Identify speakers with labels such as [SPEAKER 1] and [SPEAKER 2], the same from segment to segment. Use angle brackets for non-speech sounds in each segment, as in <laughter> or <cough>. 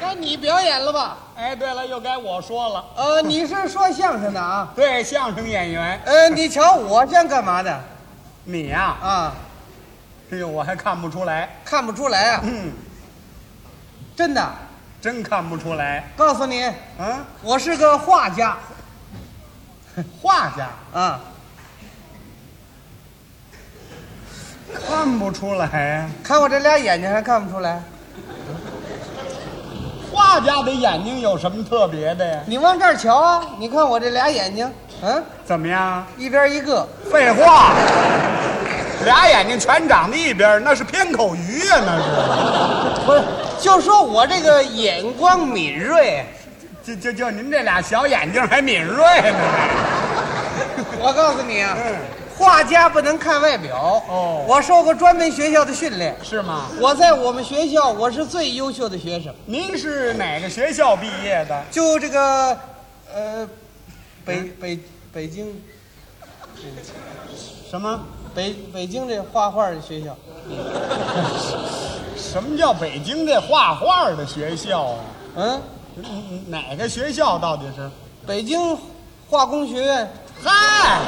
[SPEAKER 1] 该你表演了吧？
[SPEAKER 2] 哎，对了，又该我说了。
[SPEAKER 1] 呃，你是说相声的啊？
[SPEAKER 2] 对，相声演员，
[SPEAKER 1] 呃，你瞧我像干嘛的
[SPEAKER 2] 你呀、
[SPEAKER 1] 啊？
[SPEAKER 2] 这个我还看不出来，
[SPEAKER 1] 看不出来啊？
[SPEAKER 2] 嗯，
[SPEAKER 1] 真的，
[SPEAKER 2] 真看不出来。
[SPEAKER 1] 告诉你，
[SPEAKER 2] 嗯，
[SPEAKER 1] 我是个画家
[SPEAKER 2] 画家
[SPEAKER 1] 啊。
[SPEAKER 2] 看不出来，
[SPEAKER 1] 看我这俩眼睛还看不出来？
[SPEAKER 2] 画家的眼睛有什么特别的呀？
[SPEAKER 1] 你往这儿瞧啊！你看我这俩眼睛，嗯、
[SPEAKER 2] 怎么样？
[SPEAKER 1] 一边一个，
[SPEAKER 2] 废话， <laughs> 俩眼睛全长在一边儿，那是偏口鱼呀、那
[SPEAKER 1] 不是，就说我这个眼光敏锐。
[SPEAKER 2] 是。 <laughs> 就就就您这俩小眼睛还敏锐呢。
[SPEAKER 1] 我告诉你啊，
[SPEAKER 2] 嗯，
[SPEAKER 1] 画家不能看外表
[SPEAKER 2] 哦
[SPEAKER 1] 我受过专门学校的训练，
[SPEAKER 2] <laughs> 是吗？
[SPEAKER 1] 我在我们学校我是最优秀的学生，
[SPEAKER 2] 您是哪个学校毕业的？
[SPEAKER 1] 就这个，呃，北北北京
[SPEAKER 2] 什么？
[SPEAKER 1] 北北京这画画的学校，
[SPEAKER 2] 什么叫北京这画画的学校啊？
[SPEAKER 1] 嗯，
[SPEAKER 2] 嗯哪个学校到底是？
[SPEAKER 1] 北京化工学院，
[SPEAKER 2] <laughs> 嗨，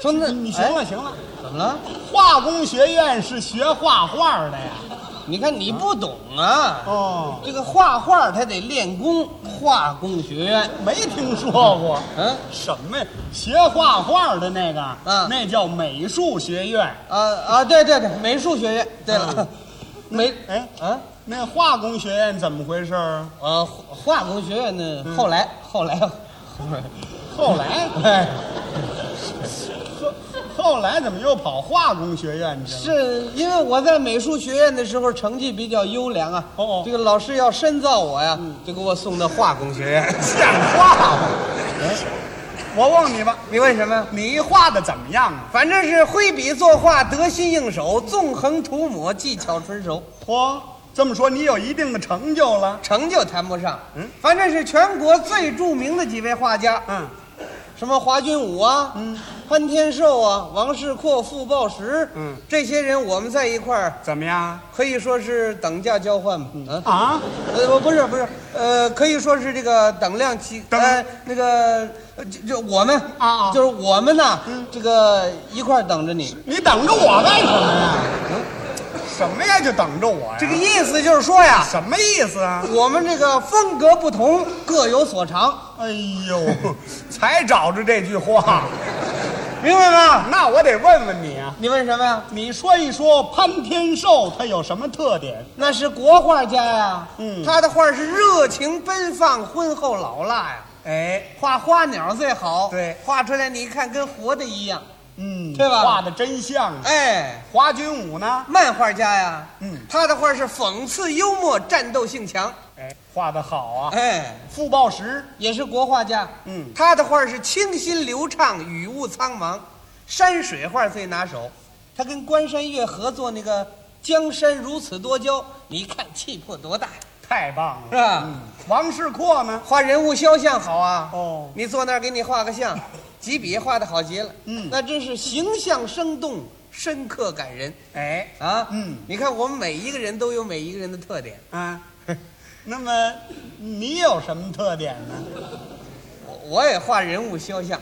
[SPEAKER 1] 说那
[SPEAKER 2] 你行
[SPEAKER 1] 哎
[SPEAKER 2] 了行了，
[SPEAKER 1] 怎么了？
[SPEAKER 2] 化工学院是学画画的呀。
[SPEAKER 1] 你看你不懂啊，
[SPEAKER 2] 哦，
[SPEAKER 1] 这个画画它得练功，化工学院，
[SPEAKER 2] 没听说过。
[SPEAKER 1] 嗯
[SPEAKER 2] 什么呀？学画画的那个，
[SPEAKER 1] 嗯
[SPEAKER 2] 那叫美术学院。
[SPEAKER 1] 啊啊，对对对，美术学院，对 <laughs> 了，美
[SPEAKER 2] 哎，
[SPEAKER 1] 啊。
[SPEAKER 2] 那化工学院怎么回事儿啊？
[SPEAKER 1] 呃，化工学院呢，后来后 <laughs> 来，
[SPEAKER 2] 后来，
[SPEAKER 1] 哎，
[SPEAKER 2] 后 <laughs> 后来怎么又跑化工学院去了？
[SPEAKER 1] 是因为我在美术学院的时候成绩比较优良啊，
[SPEAKER 2] 哦哦
[SPEAKER 1] 这个老师要深造我呀，就给我送到化工学院。
[SPEAKER 2] <laughs> 像话吗？哎我问你吧，
[SPEAKER 1] 你为什么？
[SPEAKER 2] 你画的怎么样啊？
[SPEAKER 1] 反正是挥笔作画，得心应手，纵横涂抹，技巧纯熟，
[SPEAKER 2] 嚯，这么说你有一定的成就了？
[SPEAKER 1] 成就谈不上。
[SPEAKER 2] 嗯，
[SPEAKER 1] 反正是全国最著名的几位画家，
[SPEAKER 2] 嗯，
[SPEAKER 1] 什么华君武啊，
[SPEAKER 2] 嗯，
[SPEAKER 1] 潘天寿啊，王世阔、傅抱石，
[SPEAKER 2] 嗯，
[SPEAKER 1] 这些人我们在一块儿
[SPEAKER 2] 怎么样？
[SPEAKER 1] 可以说是等价交换吧。嗯
[SPEAKER 2] 啊，
[SPEAKER 1] 呃，不，不是，不是，呃，可以说是这个等量齐，
[SPEAKER 2] 等
[SPEAKER 1] 呃，那个，呃就就我们
[SPEAKER 2] 啊啊嗯
[SPEAKER 1] 就是我们呐，这个一块儿等着你。
[SPEAKER 2] 你等着我干什么呀？什么呀？就等着我
[SPEAKER 1] 嗯
[SPEAKER 2] 呀？
[SPEAKER 1] 这个意思就是说呀，
[SPEAKER 2] 什么意思啊？
[SPEAKER 1] <laughs> 我们这个风格不同，各有所长，
[SPEAKER 2] 哎呦， <laughs> 才找着这句话，
[SPEAKER 1] 明白吗？
[SPEAKER 2] 那我得问问你啊，
[SPEAKER 1] 你问什么呀？
[SPEAKER 2] 你说一说潘天寿他有什么特点？
[SPEAKER 1] 那是国画家呀，
[SPEAKER 2] 嗯
[SPEAKER 1] 他的画是热情奔放、婚后老辣呀，
[SPEAKER 2] 哎，
[SPEAKER 1] 画花鸟最好，
[SPEAKER 2] 对
[SPEAKER 1] 画出来你一看跟活的一样，
[SPEAKER 2] 嗯，
[SPEAKER 1] 对吧
[SPEAKER 2] 画的真像啊。
[SPEAKER 1] 哎。
[SPEAKER 2] 华君武呢？
[SPEAKER 1] 漫画家呀，
[SPEAKER 2] 嗯
[SPEAKER 1] 他的画是讽刺幽默，战斗性强，
[SPEAKER 2] 哎，画的好啊。
[SPEAKER 1] 哎，
[SPEAKER 2] 傅抱石，
[SPEAKER 1] 也是国画家，
[SPEAKER 2] 嗯
[SPEAKER 1] 他的画是清新流畅，雨雾苍茫，山水画最拿手。他跟关山月合作那个《江山如此多娇》，你一看气魄多大，
[SPEAKER 2] 太棒了，
[SPEAKER 1] 是吧
[SPEAKER 2] 嗯，王世阔呢？
[SPEAKER 1] 画人物肖像好啊。
[SPEAKER 2] 哦
[SPEAKER 1] 你坐那儿给你画个
[SPEAKER 2] <coughs>
[SPEAKER 1] 像，几笔画的好极了，
[SPEAKER 2] 嗯
[SPEAKER 1] 那真是形象生动，深刻感人
[SPEAKER 2] 哎，
[SPEAKER 1] 啊。
[SPEAKER 2] 嗯
[SPEAKER 1] 你看我们每一个人都有每一个人的特点。
[SPEAKER 2] 啊， <laughs> 那么你有什么特点呢？
[SPEAKER 1] 我我也画人物肖像，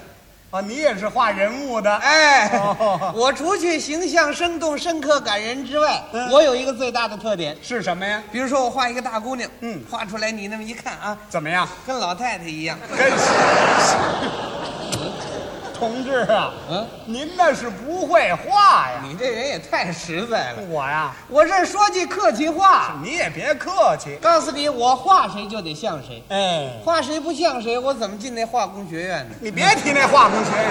[SPEAKER 2] 啊，你也是画人物的，
[SPEAKER 1] 哎，
[SPEAKER 2] 哦
[SPEAKER 1] 我除去形象生动、深刻感人之外，
[SPEAKER 2] 嗯
[SPEAKER 1] 我有一个最大的特点，
[SPEAKER 2] 是什么呀？
[SPEAKER 1] 比如说我画一个大姑娘，
[SPEAKER 2] 嗯
[SPEAKER 1] 画出来你那么一看啊，
[SPEAKER 2] 怎么样？
[SPEAKER 1] 跟老太太一样，
[SPEAKER 2] 跟 <laughs> 同志啊，
[SPEAKER 1] 嗯，
[SPEAKER 2] 您那是不会画呀，
[SPEAKER 1] 你这人也太实在了。
[SPEAKER 2] 我呀，
[SPEAKER 1] 我这说句客气话，
[SPEAKER 2] 你也别客气，
[SPEAKER 1] 告诉你，我画谁就得像谁，
[SPEAKER 2] 哎，
[SPEAKER 1] 画谁不像谁，我怎么进那化工学院呢？
[SPEAKER 2] 你别提那画工学院，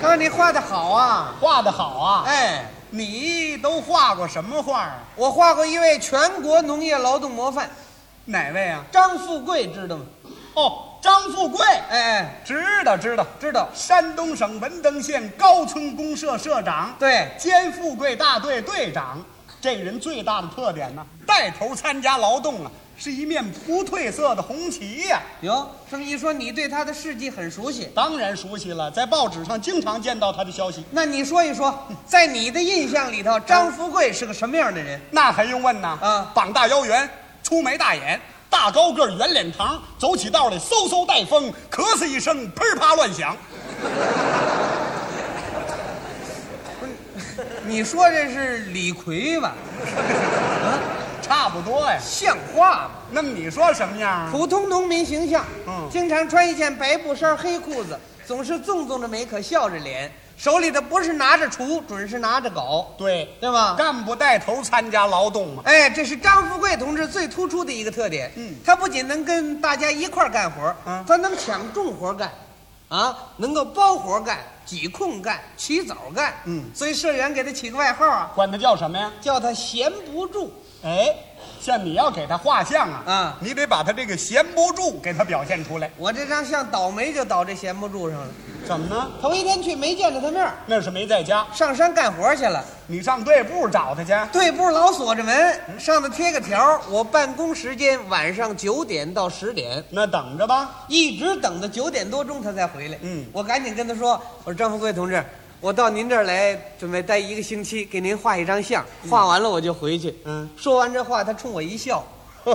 [SPEAKER 1] 告诉你，画的好啊，
[SPEAKER 2] 画的好啊，
[SPEAKER 1] 哎，
[SPEAKER 2] 你都画过什么画啊？
[SPEAKER 1] 我画过一位全国农业劳动模范
[SPEAKER 2] 哪位啊？
[SPEAKER 1] 张富贵，知道吗？
[SPEAKER 2] 哦，张富贵，
[SPEAKER 1] 哎哎，
[SPEAKER 2] 知道知道，
[SPEAKER 1] 知道，
[SPEAKER 2] 山东省文登县高村公社社长，
[SPEAKER 1] 对。
[SPEAKER 2] 兼富贵大队队长。这人最大的特点呢，带头参加劳动啊，是一面不褪色的红旗呀、
[SPEAKER 1] 哟，这么一说，你对他的事迹很熟悉。
[SPEAKER 2] 当然熟悉了，在报纸上经常见到他的消息，
[SPEAKER 1] 那你说一说，在
[SPEAKER 2] 嗯
[SPEAKER 1] 你的印象里头，张富贵是个什么样的人？
[SPEAKER 2] 那还用问呢？
[SPEAKER 1] 啊
[SPEAKER 2] 膀大腰圆，粗眉大眼，大高个儿圆脸膛，走起道来嗖嗖带风，咳嗽一声噼儿啪乱响。
[SPEAKER 1] 你说这是李逵吧？
[SPEAKER 2] 差不多呀。
[SPEAKER 1] 像话吗？
[SPEAKER 2] 那么你说什么样啊？
[SPEAKER 1] 普通农民形象，
[SPEAKER 2] 嗯
[SPEAKER 1] 经常穿一件白布衫、黑裤子，总是纵纵着眉，可笑着脸，手里的不是拿着锄，准是拿着镐，
[SPEAKER 2] 对，
[SPEAKER 1] 对吧？
[SPEAKER 2] 干部带头参加劳动嘛。
[SPEAKER 1] 哎，这是张富贵同志最突出的一个特点。
[SPEAKER 2] 嗯
[SPEAKER 1] 他不仅能跟大家一块儿干活，
[SPEAKER 2] 嗯
[SPEAKER 1] 他能抢重活干，啊，能够包活干、挤空干、起早干。
[SPEAKER 2] 嗯
[SPEAKER 1] 所以社员给他起个外号啊，
[SPEAKER 2] 管他叫什么呀？
[SPEAKER 1] 叫他闲不住。
[SPEAKER 2] 哎，像你要给他画像啊，
[SPEAKER 1] 啊
[SPEAKER 2] 你得把他这个闲不住给他表现出来。
[SPEAKER 1] 我这张相倒霉就倒这闲不住上了。
[SPEAKER 2] 怎么呢？
[SPEAKER 1] 头一天去没见着他面儿，
[SPEAKER 2] 那是没在家，
[SPEAKER 1] 上山干活去了。
[SPEAKER 2] 你上队部找他去。
[SPEAKER 1] 队部老锁着门，上头贴个条儿，我办公时间晚上九点到十点。
[SPEAKER 2] 那等着吧。
[SPEAKER 1] 一直等到九点多钟他才回来。
[SPEAKER 2] 嗯
[SPEAKER 1] 我赶紧跟他说：“我说张富贵同志，我到您这儿来准备待一个星期，给您画一张像，画完了我就回去。”
[SPEAKER 2] 嗯，
[SPEAKER 1] 说完这话，他冲我一笑
[SPEAKER 2] <laughs>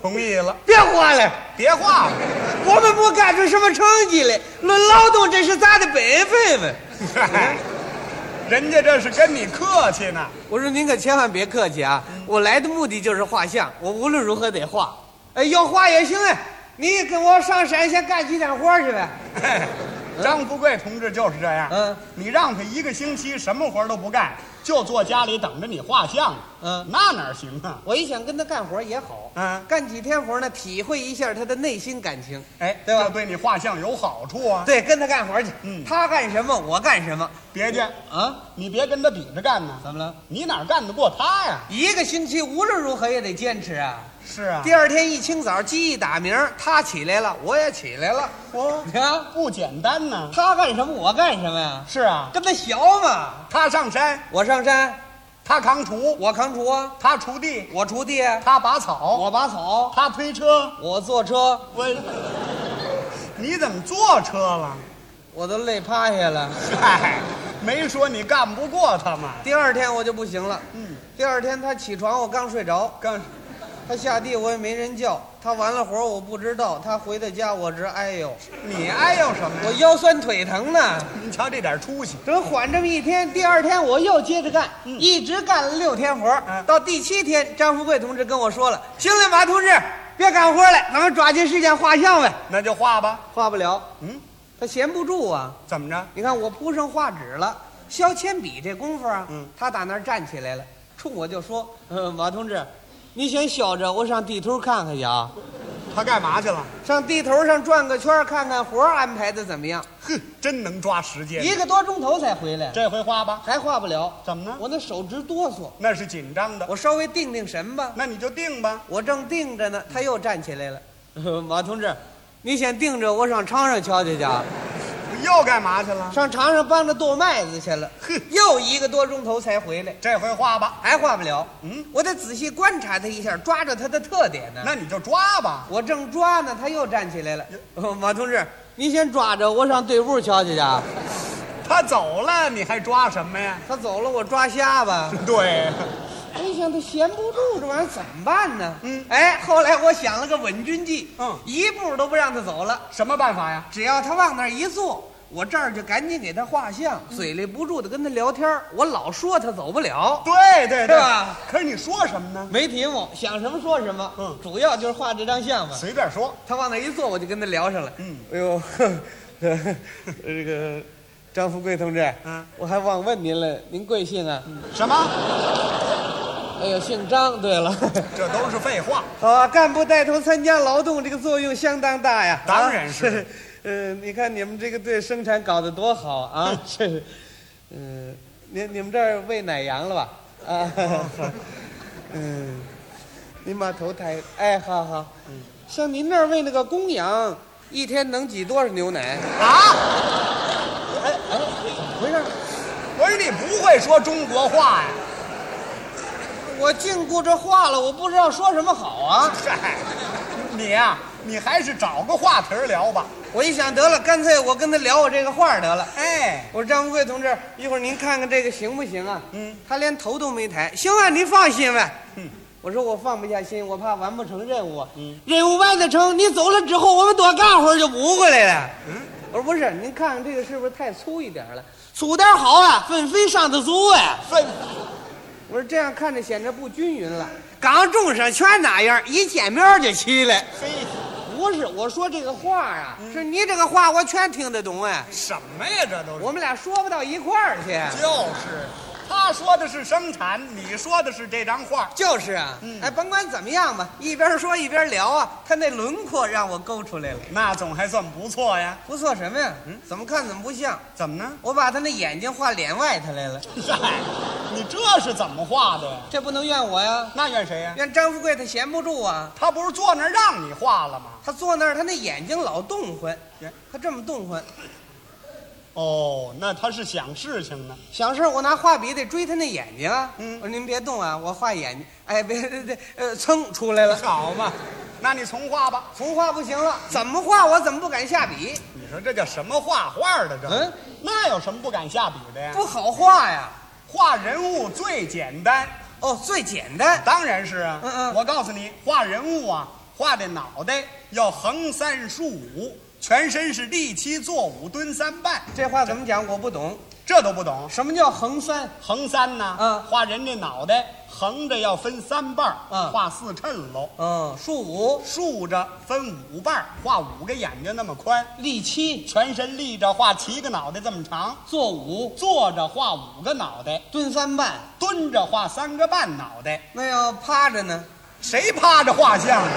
[SPEAKER 2] 同意了，：“
[SPEAKER 1] 别画了，
[SPEAKER 2] 别画了。
[SPEAKER 1] 我们不干出什么成绩来，论劳动这是咱的本分嘛。
[SPEAKER 2] 嗨 <laughs> 人家这是跟你客气 <laughs> 呢。”
[SPEAKER 1] 我说：“您可千万别客气啊，我来的目的就是画像，我无论如何得画。哎，要画也行啊，你也跟我上山先干起点活去呗。
[SPEAKER 2] 嘿张富贵同志就是这样。
[SPEAKER 1] 嗯
[SPEAKER 2] 你让他一个星期什么活儿都不干，就坐家里等着你画像。
[SPEAKER 1] 嗯
[SPEAKER 2] 那哪儿行啊？
[SPEAKER 1] 我一想跟他干活也好，
[SPEAKER 2] 嗯
[SPEAKER 1] 干几天活呢，体会一下他的内心感情。
[SPEAKER 2] 哎，
[SPEAKER 1] 对吧
[SPEAKER 2] 这对你画像有好处啊。
[SPEAKER 1] 对，跟他干活去，
[SPEAKER 2] 嗯
[SPEAKER 1] 他干什么我干什么
[SPEAKER 2] 别介，
[SPEAKER 1] 啊？
[SPEAKER 2] 你别跟他比着干呢。
[SPEAKER 1] 怎么了？
[SPEAKER 2] 你哪儿干得过他呀？
[SPEAKER 1] 一个星期无论如何也得坚持啊！
[SPEAKER 2] 是啊
[SPEAKER 1] 第，二天一清早鸡一打鸣，他起来了，我也起来了。
[SPEAKER 2] 哦
[SPEAKER 1] 你，看
[SPEAKER 2] 不简单呢。
[SPEAKER 1] 他干什么我干什么呀？
[SPEAKER 2] 是啊，
[SPEAKER 1] 跟他学嘛。
[SPEAKER 2] 他上山，
[SPEAKER 1] 我上山，
[SPEAKER 2] 他扛锄，
[SPEAKER 1] 我扛锄啊，
[SPEAKER 2] 他锄地，
[SPEAKER 1] 我锄地啊，
[SPEAKER 2] 他拔草，
[SPEAKER 1] 我拔草，
[SPEAKER 2] 他推车。
[SPEAKER 1] 我坐车，
[SPEAKER 2] 我，你怎么坐车了？
[SPEAKER 1] 我都累趴下了。
[SPEAKER 2] 嗨，没说你干不过他嘛。
[SPEAKER 1] 第二天我就不行了。
[SPEAKER 2] 嗯，
[SPEAKER 1] 第二天他起床，我刚睡着，
[SPEAKER 2] 刚嗯
[SPEAKER 1] 他下地我也没人叫，他完了活儿我不知道，他回到家我直哎呦，
[SPEAKER 2] 你哎呦什么
[SPEAKER 1] 我
[SPEAKER 2] 呀？
[SPEAKER 1] 腰酸腿疼呢。
[SPEAKER 2] 您瞧这点出息，
[SPEAKER 1] 等缓这么一天，第二天我又接着干，
[SPEAKER 2] 嗯
[SPEAKER 1] 一直干了六天活儿、
[SPEAKER 2] 嗯
[SPEAKER 1] 到第七天，张富贵同志跟我说了：“行了，马同志，别干活了，咱们抓紧时间画像呗。
[SPEAKER 2] 那就画”吧。
[SPEAKER 1] 画不了，
[SPEAKER 2] 嗯，
[SPEAKER 1] 他闲不住啊。
[SPEAKER 2] 怎么着？
[SPEAKER 1] 你看我铺上画纸了，削铅笔这功夫啊，
[SPEAKER 2] 嗯
[SPEAKER 1] 他打那儿站起来了，冲我就说：“呃，马同志，你先小着，我上地头看看去啊。”
[SPEAKER 2] 嗯他干嘛去了？
[SPEAKER 1] 上地头上转个圈儿，看看活儿安排的怎么样。
[SPEAKER 2] 哼，真能抓时间。
[SPEAKER 1] 一个多钟头才回来，
[SPEAKER 2] 这回画吧？
[SPEAKER 1] 还画不了。
[SPEAKER 2] 怎么呢
[SPEAKER 1] 我那手直哆嗦，
[SPEAKER 2] 那是紧张的。
[SPEAKER 1] 我稍微定定神吧。
[SPEAKER 2] 那你就定吧。
[SPEAKER 1] 我正定着呢，他又站起来了。
[SPEAKER 2] 嗯
[SPEAKER 1] 呃马同志，你先定着，我上场上瞧瞧去啊。
[SPEAKER 2] 又干嘛去了？
[SPEAKER 1] 上场上帮着剁麦子去了
[SPEAKER 2] 哼，
[SPEAKER 1] 又一个多钟头才回来，
[SPEAKER 2] 这回画吧。
[SPEAKER 1] 还画不了。
[SPEAKER 2] 嗯，
[SPEAKER 1] 我得仔细观察他一下，抓着他的特点呢。
[SPEAKER 2] 那你就抓吧。
[SPEAKER 1] 我正抓呢，他又站起来了。呃马同志，您先抓着，我上队部瞧瞧去啊。
[SPEAKER 2] 他走了，你还抓什么呀？
[SPEAKER 1] 他走了，我抓瞎吧。
[SPEAKER 2] <laughs> 对，
[SPEAKER 1] 我一哎想，他闲不住，这玩意儿怎么办呢？
[SPEAKER 2] 嗯
[SPEAKER 1] 哎，后来我想了个稳军计，
[SPEAKER 2] 嗯
[SPEAKER 1] 一步都不让他走了，
[SPEAKER 2] 什么办法呀？
[SPEAKER 1] 只要他往那儿一坐，我这儿就赶紧给他画像，嘴里不住的跟他聊天儿，我老说他走不了，
[SPEAKER 2] 对对
[SPEAKER 1] 是
[SPEAKER 2] 对
[SPEAKER 1] 吧。
[SPEAKER 2] 可是你说什么呢？
[SPEAKER 1] 没题目，想什么说什么，
[SPEAKER 2] 嗯
[SPEAKER 1] 主要就是画这张像嘛。
[SPEAKER 2] 随便说。
[SPEAKER 1] 他往那儿一坐，我就跟他聊上了。
[SPEAKER 2] 嗯，
[SPEAKER 1] 哎呦， <laughs> 呵呵这个张富贵同志，
[SPEAKER 2] 嗯，
[SPEAKER 1] 我还忘问您了，您贵姓啊？
[SPEAKER 2] 什么？
[SPEAKER 1] 哎呦，姓张。对了。
[SPEAKER 2] 这都是废话。
[SPEAKER 1] 好啊，干部带头参加劳动，这个作用相当大呀。
[SPEAKER 2] 当然是
[SPEAKER 1] 啊。 <laughs> 呃，你看你们这个队生产搞得多好
[SPEAKER 2] <laughs>
[SPEAKER 1] 啊！是，嗯、你你们这儿喂奶羊了吧？啊， <laughs> 好嗯，您把头抬，哎，好好。
[SPEAKER 2] 嗯
[SPEAKER 1] 像您那儿喂那个公羊，一天能挤多少牛奶？
[SPEAKER 2] 啊！
[SPEAKER 1] 回事儿，
[SPEAKER 2] 我说你不会说中国话呀？
[SPEAKER 1] 我净顾着话了，我不知道说什么好啊。
[SPEAKER 2] 嗨，你呀、你还是找个话题儿聊吧。
[SPEAKER 1] 我一想，得了，干脆我跟他聊我这个话儿得了。
[SPEAKER 2] 哎，
[SPEAKER 1] 我说张富贵同志，一会儿您看看这个行不行啊？
[SPEAKER 2] 嗯，
[SPEAKER 1] 他连头都没抬。行啊，您放心吧。
[SPEAKER 2] 嗯，
[SPEAKER 1] 我说我放不下心，我怕完不成任务。啊
[SPEAKER 2] 嗯
[SPEAKER 1] 任务完得成，你走了之后，我们多干会儿就不回来了。
[SPEAKER 2] 嗯
[SPEAKER 1] 我说不是，您看看这个是不是太粗一点了？粗点儿好啊，粪飞上的足啊。
[SPEAKER 2] 分
[SPEAKER 1] 我说这样看着显得不均匀了。刚种上全那样，一见面就起来。
[SPEAKER 2] 嘿，
[SPEAKER 1] 不是，我说这个话啊，
[SPEAKER 2] 嗯
[SPEAKER 1] 是你这个话我全听得懂哎，
[SPEAKER 2] 什么呀？这都是
[SPEAKER 1] 我们俩说不到一块儿去。
[SPEAKER 2] 就是，他说的是生产，你说的是这张画。
[SPEAKER 1] 就是啊，哎，甭管怎么样吧，一边说一边聊啊，他那轮廓让我勾出来了。嗯
[SPEAKER 2] 那总还算不错呀。
[SPEAKER 1] 不错什么呀？怎么看怎么不像。
[SPEAKER 2] 怎么呢？
[SPEAKER 1] 我把他那眼睛画脸外头来了，
[SPEAKER 2] 嗨，你这是怎么画的呀？
[SPEAKER 1] 这不能怨我呀，
[SPEAKER 2] 那怨谁呀？
[SPEAKER 1] 怨张富贵他闲不住啊。
[SPEAKER 2] 他不是坐那儿让你画了吗？
[SPEAKER 1] 他坐那儿，他那眼睛老动换，他这么动换，
[SPEAKER 2] 哦，那他是想事情呢。
[SPEAKER 1] 想事儿我拿画笔得追他那眼睛啊。
[SPEAKER 2] 嗯
[SPEAKER 1] 我说您别动啊，我画眼睛。哎，别别别，呃，噌出来了。
[SPEAKER 2] 好嘛，那你重画吧。
[SPEAKER 1] 重画不行了，怎么画我怎么不敢下笔？
[SPEAKER 2] 你说这叫什么画画的这？
[SPEAKER 1] 嗯，
[SPEAKER 2] 那有什么不敢下笔的呀？
[SPEAKER 1] 不好画呀。
[SPEAKER 2] 画人物最简单，
[SPEAKER 1] 哦，最简单。
[SPEAKER 2] 当然是啊。
[SPEAKER 1] 嗯嗯
[SPEAKER 2] 我告诉你，画人物啊，画这脑袋要横三竖五，全身是立七坐五蹲三拜，
[SPEAKER 1] 这话怎么讲？我不懂，
[SPEAKER 2] 这都不懂。
[SPEAKER 1] 什么叫横三？
[SPEAKER 2] 横三呢？
[SPEAKER 1] 嗯
[SPEAKER 2] 画人这脑袋横着要分三瓣儿，
[SPEAKER 1] 嗯
[SPEAKER 2] 画四衬喽；
[SPEAKER 1] 嗯，竖五、
[SPEAKER 2] 竖着分五瓣儿，画五个眼睛那么宽；
[SPEAKER 1] 立七、
[SPEAKER 2] 全身立着画七个脑袋这么长；
[SPEAKER 1] 坐五、
[SPEAKER 2] 坐着画五个脑袋，
[SPEAKER 1] 蹲三瓣。
[SPEAKER 2] 蹲着画三个半脑袋。
[SPEAKER 1] 那要趴着呢？
[SPEAKER 2] 谁趴着画像啊？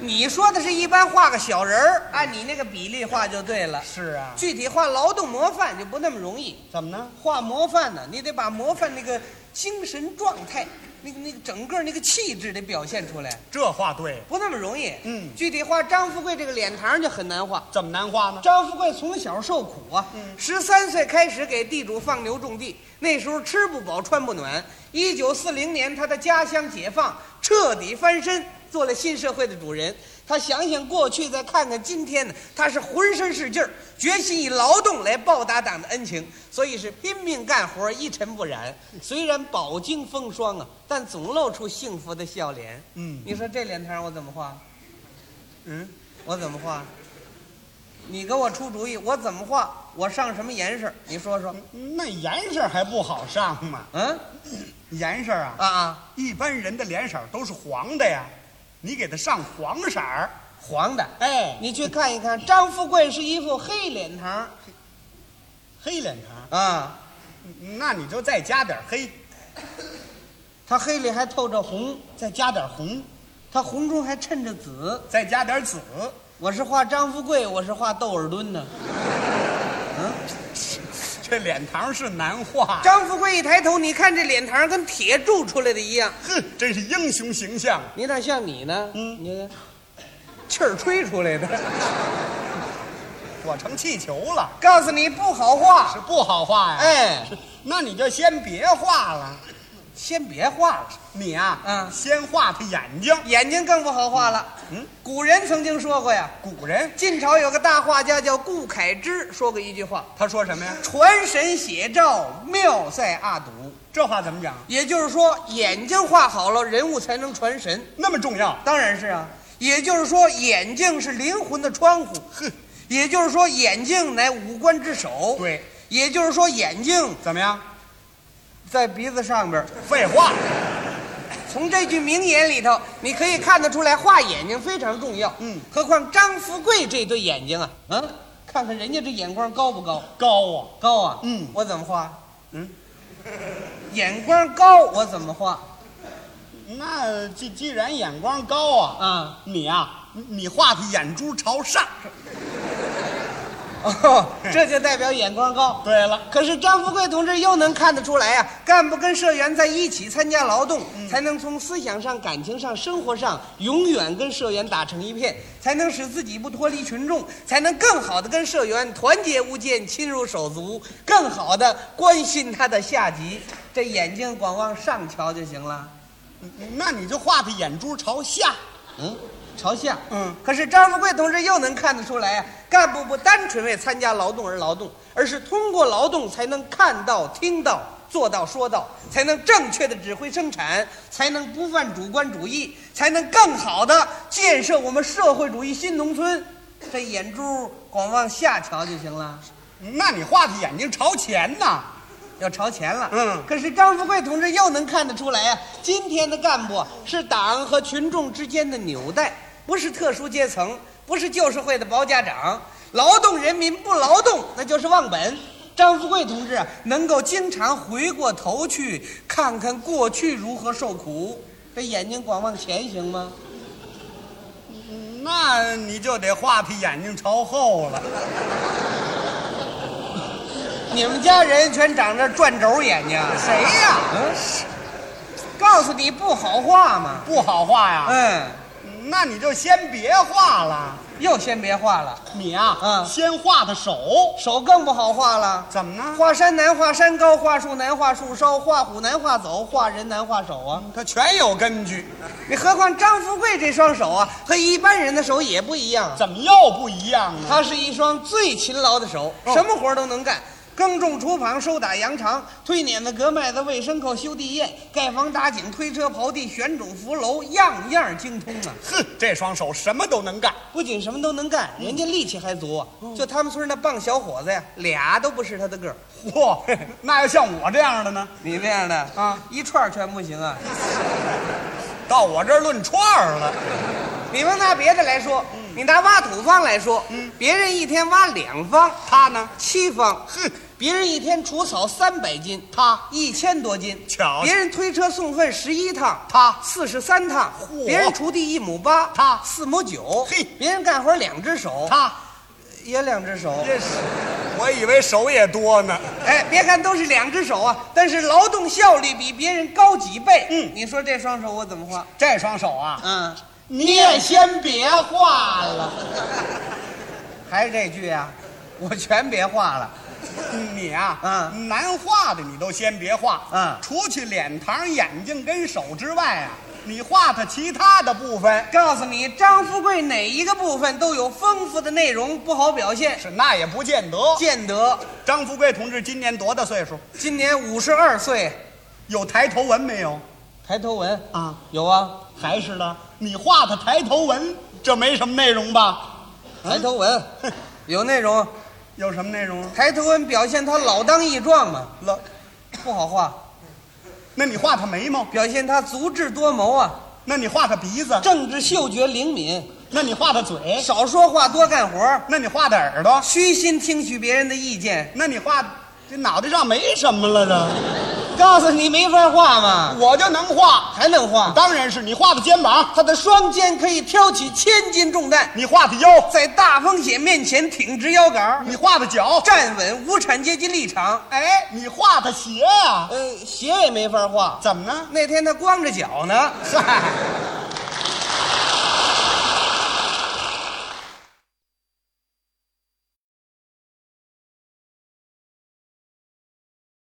[SPEAKER 1] 你说的是一般画个小人儿，按你那个比例画就对了。
[SPEAKER 2] 是啊，
[SPEAKER 1] 具体画劳动模范就不那么容易。
[SPEAKER 2] 怎么呢？
[SPEAKER 1] 画模范呢，你得把模范那个精神状态，那个那个整个那个气质得表现出来，
[SPEAKER 2] 这画对，
[SPEAKER 1] 不那么容易。
[SPEAKER 2] 嗯
[SPEAKER 1] 具体画张富贵这个脸庞就很难画。
[SPEAKER 2] 怎么难画呢？
[SPEAKER 1] 张富贵从小受苦啊，
[SPEAKER 2] 嗯
[SPEAKER 1] 十三岁开始给地主放牛种地，那时候吃不饱穿不暖。一九四零年，他的家乡解放，彻底翻身，做了新社会的主人。他想想过去，再看看今天呢，他是浑身是劲儿，决心以劳动来报答党的恩情，所以是拼命干活，一尘不染。虽然饱经风霜啊，但总露出幸福的笑脸。
[SPEAKER 2] 嗯
[SPEAKER 1] 你说这脸庞我怎么画？
[SPEAKER 2] 嗯，
[SPEAKER 1] 我怎么画？你给我出主意，我怎么画？我上什么颜色？你说说。
[SPEAKER 2] 那颜色还不好上吗？
[SPEAKER 1] 嗯
[SPEAKER 2] 颜色啊，
[SPEAKER 1] 啊啊，
[SPEAKER 2] 一般人的脸色都是黄的呀，你给他上黄色儿，
[SPEAKER 1] 黄的。
[SPEAKER 2] 哎，
[SPEAKER 1] 你去看一看，张富贵是一副黑脸膛
[SPEAKER 2] 黑脸膛，
[SPEAKER 1] 啊，
[SPEAKER 2] 那你就再加点黑，
[SPEAKER 1] 他黑里还透着红，
[SPEAKER 2] 再加点红，
[SPEAKER 1] 他红中还衬着紫。
[SPEAKER 2] 再加点紫，
[SPEAKER 1] 我是画张富贵，我是画窦尔敦呢。
[SPEAKER 2] 这脸膛是难画，
[SPEAKER 1] 张富贵一抬头，你看这脸膛跟铁铸出来的一样。
[SPEAKER 2] 哼，真是英雄形象。
[SPEAKER 1] 你哪像你呢？
[SPEAKER 2] 嗯
[SPEAKER 1] 你看气儿吹出来的。
[SPEAKER 2] 我成气球了，
[SPEAKER 1] 告诉你不好
[SPEAKER 2] 是
[SPEAKER 1] 画，
[SPEAKER 2] 不好画呀。
[SPEAKER 1] 哎，
[SPEAKER 2] 那你就先别画了，
[SPEAKER 1] 先别画了。
[SPEAKER 2] 你啊，
[SPEAKER 1] 嗯
[SPEAKER 2] 先画他眼睛。
[SPEAKER 1] 眼睛更不好画了。
[SPEAKER 2] 嗯，
[SPEAKER 1] 古人曾经说过呀，
[SPEAKER 2] 古人
[SPEAKER 1] 晋朝有个大画家叫顾恺之，说过一句话
[SPEAKER 2] 他说什么呀：“？
[SPEAKER 1] 传神写照，妙在阿堵。
[SPEAKER 2] 这话怎么讲？”
[SPEAKER 1] 也就是说，眼睛画好了，人物才能传神。
[SPEAKER 2] 那么重要？
[SPEAKER 1] 当然是啊，也就是说，眼睛是灵魂的窗户。
[SPEAKER 2] 哼，
[SPEAKER 1] 也就是说，眼睛乃五官之首。，
[SPEAKER 2] 对，
[SPEAKER 1] 也就是说，眼睛
[SPEAKER 2] 怎么样？
[SPEAKER 1] 在鼻子上边儿。
[SPEAKER 2] 废话，
[SPEAKER 1] 从这句名言里头，你可以看得出来，画眼睛非常重要。
[SPEAKER 2] 嗯，
[SPEAKER 1] 何况张富贵这对眼睛啊，啊，看看人家这眼光高不高？
[SPEAKER 2] 高啊！
[SPEAKER 1] 高啊！
[SPEAKER 2] 嗯
[SPEAKER 1] 我怎么画？
[SPEAKER 2] 嗯，
[SPEAKER 1] <laughs> 眼光高，我怎么画？
[SPEAKER 2] 那既既然眼光高啊，
[SPEAKER 1] 啊，
[SPEAKER 2] 你啊，你你画他眼珠朝上。 <laughs>
[SPEAKER 1] 哦，这就代表眼光高。
[SPEAKER 2] 对了，
[SPEAKER 1] 可是张富贵同志又能看得出来呀、啊干部跟社员在一起参加劳动，
[SPEAKER 2] 嗯
[SPEAKER 1] 才能从思想上、感情上、生活上永远跟社员打成一片，才能使自己不脱离群众，才能更好的跟社员团结无间、亲如手足，更好的关心他的下级。这眼睛光往上瞧就行了，
[SPEAKER 2] 那你就画他眼珠朝下。
[SPEAKER 1] 嗯，朝下。
[SPEAKER 2] 嗯，
[SPEAKER 1] 可是张富贵同志又能看得出来呀、干部不单纯为参加劳动而劳动，而是通过劳动才能看到、听到、做到说到，才能正确的指挥生产，才能不犯主观主义，才能更好的建设我们社会主义新农村。这眼珠光往下瞧就行了，
[SPEAKER 2] 那你画的眼睛朝前呐，
[SPEAKER 1] 要朝前了。
[SPEAKER 2] 嗯
[SPEAKER 1] 可是张富贵同志又能看得出来呀、今天的干部是党和群众之间的纽带，不是特殊阶层，不是旧社会的保家长。劳动人民不劳动，那就是忘本。张富贵同志啊能够经常回过头去看看过去如何受苦，这眼睛光往前行吗？
[SPEAKER 2] 那你就得画的眼睛朝后了。
[SPEAKER 1] 你们家人全长着转轴眼睛，
[SPEAKER 2] 谁呀、
[SPEAKER 1] 嗯，告诉你不好话嘛。
[SPEAKER 2] 不好画呀？
[SPEAKER 1] 嗯，
[SPEAKER 2] 那你就先别画了。
[SPEAKER 1] 又先别画了，
[SPEAKER 2] 你啊，
[SPEAKER 1] 嗯
[SPEAKER 2] 先画的手，
[SPEAKER 1] 手更不好画了。
[SPEAKER 2] 怎么呢？
[SPEAKER 1] 画山难画山高，画树难画树梢，画虎难画走，画人难画手啊！
[SPEAKER 2] 他全有根据，
[SPEAKER 1] 你何况张富贵这双手啊，和一般人的手也不一样啊，
[SPEAKER 2] 怎么又不一样啊呢？
[SPEAKER 1] 他是一双最勤劳的手，
[SPEAKER 2] 哦
[SPEAKER 1] 什么活儿都能干。耕种、锄旁、收打扬场、推碾子、割麦子、喂牲口、修地堰、盖房搭井、推车刨地、旋种扶楼，样样精通啊！
[SPEAKER 2] 哼，这双手什么都能干。
[SPEAKER 1] 不仅什么都能干，人家力气还足啊。就他们村那棒小伙子呀，俩都不是他的个儿。
[SPEAKER 2] 嚯， <laughs> 那要像我这样的呢？
[SPEAKER 1] 你那样的
[SPEAKER 2] 啊，
[SPEAKER 1] 一串儿全不行啊。
[SPEAKER 2] 到我这儿论串儿了。
[SPEAKER 1] 你们拿别的来说，你拿挖土方来说，别人一天挖两方、
[SPEAKER 2] 他呢？
[SPEAKER 1] 七方，哼，别人一天除草三百斤，他嗯一千多斤，
[SPEAKER 2] 瞧瞧
[SPEAKER 1] 别人推车送粪十一趟，
[SPEAKER 2] 他
[SPEAKER 1] 四十三趟，
[SPEAKER 2] 嚯
[SPEAKER 1] 别人锄地一亩八，
[SPEAKER 2] 他
[SPEAKER 1] 四亩九，
[SPEAKER 2] 嘿
[SPEAKER 1] 别人干活两只手，
[SPEAKER 2] 他
[SPEAKER 1] 也两只手，
[SPEAKER 2] 这是，我以为手也多呢。
[SPEAKER 1] 哎，别看都是两只手啊，但是劳动效率比别人高几倍，
[SPEAKER 2] 嗯
[SPEAKER 1] 你说这双手我怎么画？
[SPEAKER 2] 这双手啊，
[SPEAKER 1] 嗯，
[SPEAKER 2] 你也先别画了。
[SPEAKER 1] 还是这句啊，我全别画了。
[SPEAKER 2] 你啊，
[SPEAKER 1] 嗯
[SPEAKER 2] 难画的你都先别画。
[SPEAKER 1] 嗯
[SPEAKER 2] 除去脸膛、眼睛跟手之外啊，你画它其他的部分
[SPEAKER 1] 告诉你，张富贵哪一个部分都有丰富的内容，不好表现。
[SPEAKER 2] 是那也不见得。
[SPEAKER 1] 见得
[SPEAKER 2] 张富贵同志今年多大岁数？
[SPEAKER 1] 今年五十二岁，
[SPEAKER 2] 有抬头纹没有？
[SPEAKER 1] 抬头纹
[SPEAKER 2] 啊，
[SPEAKER 1] 有啊，
[SPEAKER 2] 还是的，你画的抬头纹，这没什么内容吧？
[SPEAKER 1] 嗯抬头纹、有内容。
[SPEAKER 2] 有什么内容？
[SPEAKER 1] 抬头纹表现他老当益壮嘛，
[SPEAKER 2] 了，
[SPEAKER 1] 不好画；
[SPEAKER 2] 那你画他眉毛？
[SPEAKER 1] 表现他足智多谋啊，
[SPEAKER 2] 那你画他鼻子？
[SPEAKER 1] 政治嗅觉灵敏，
[SPEAKER 2] 那你画他嘴？
[SPEAKER 1] 少说话多干活，
[SPEAKER 2] 那你画他耳朵？
[SPEAKER 1] 虚心听取别人的意见。
[SPEAKER 2] 那你画这脑袋上没什么了这，
[SPEAKER 1] 告诉你没法画嘛，
[SPEAKER 2] 我就能画。
[SPEAKER 1] 还能画。
[SPEAKER 2] 当然是你画的肩膀，
[SPEAKER 1] 他的双肩可以挑起千斤重担，
[SPEAKER 2] 你画的腰，
[SPEAKER 1] 在大风险面前挺直腰杆儿。
[SPEAKER 2] 你画的脚，
[SPEAKER 1] 站稳无产阶级立场。
[SPEAKER 2] 哎，你画的鞋呀、啊
[SPEAKER 1] 哎呃，鞋也没法画，
[SPEAKER 2] 怎么呢？ <laughs>
[SPEAKER 1] 那天他光着脚呢。
[SPEAKER 2] 嗨，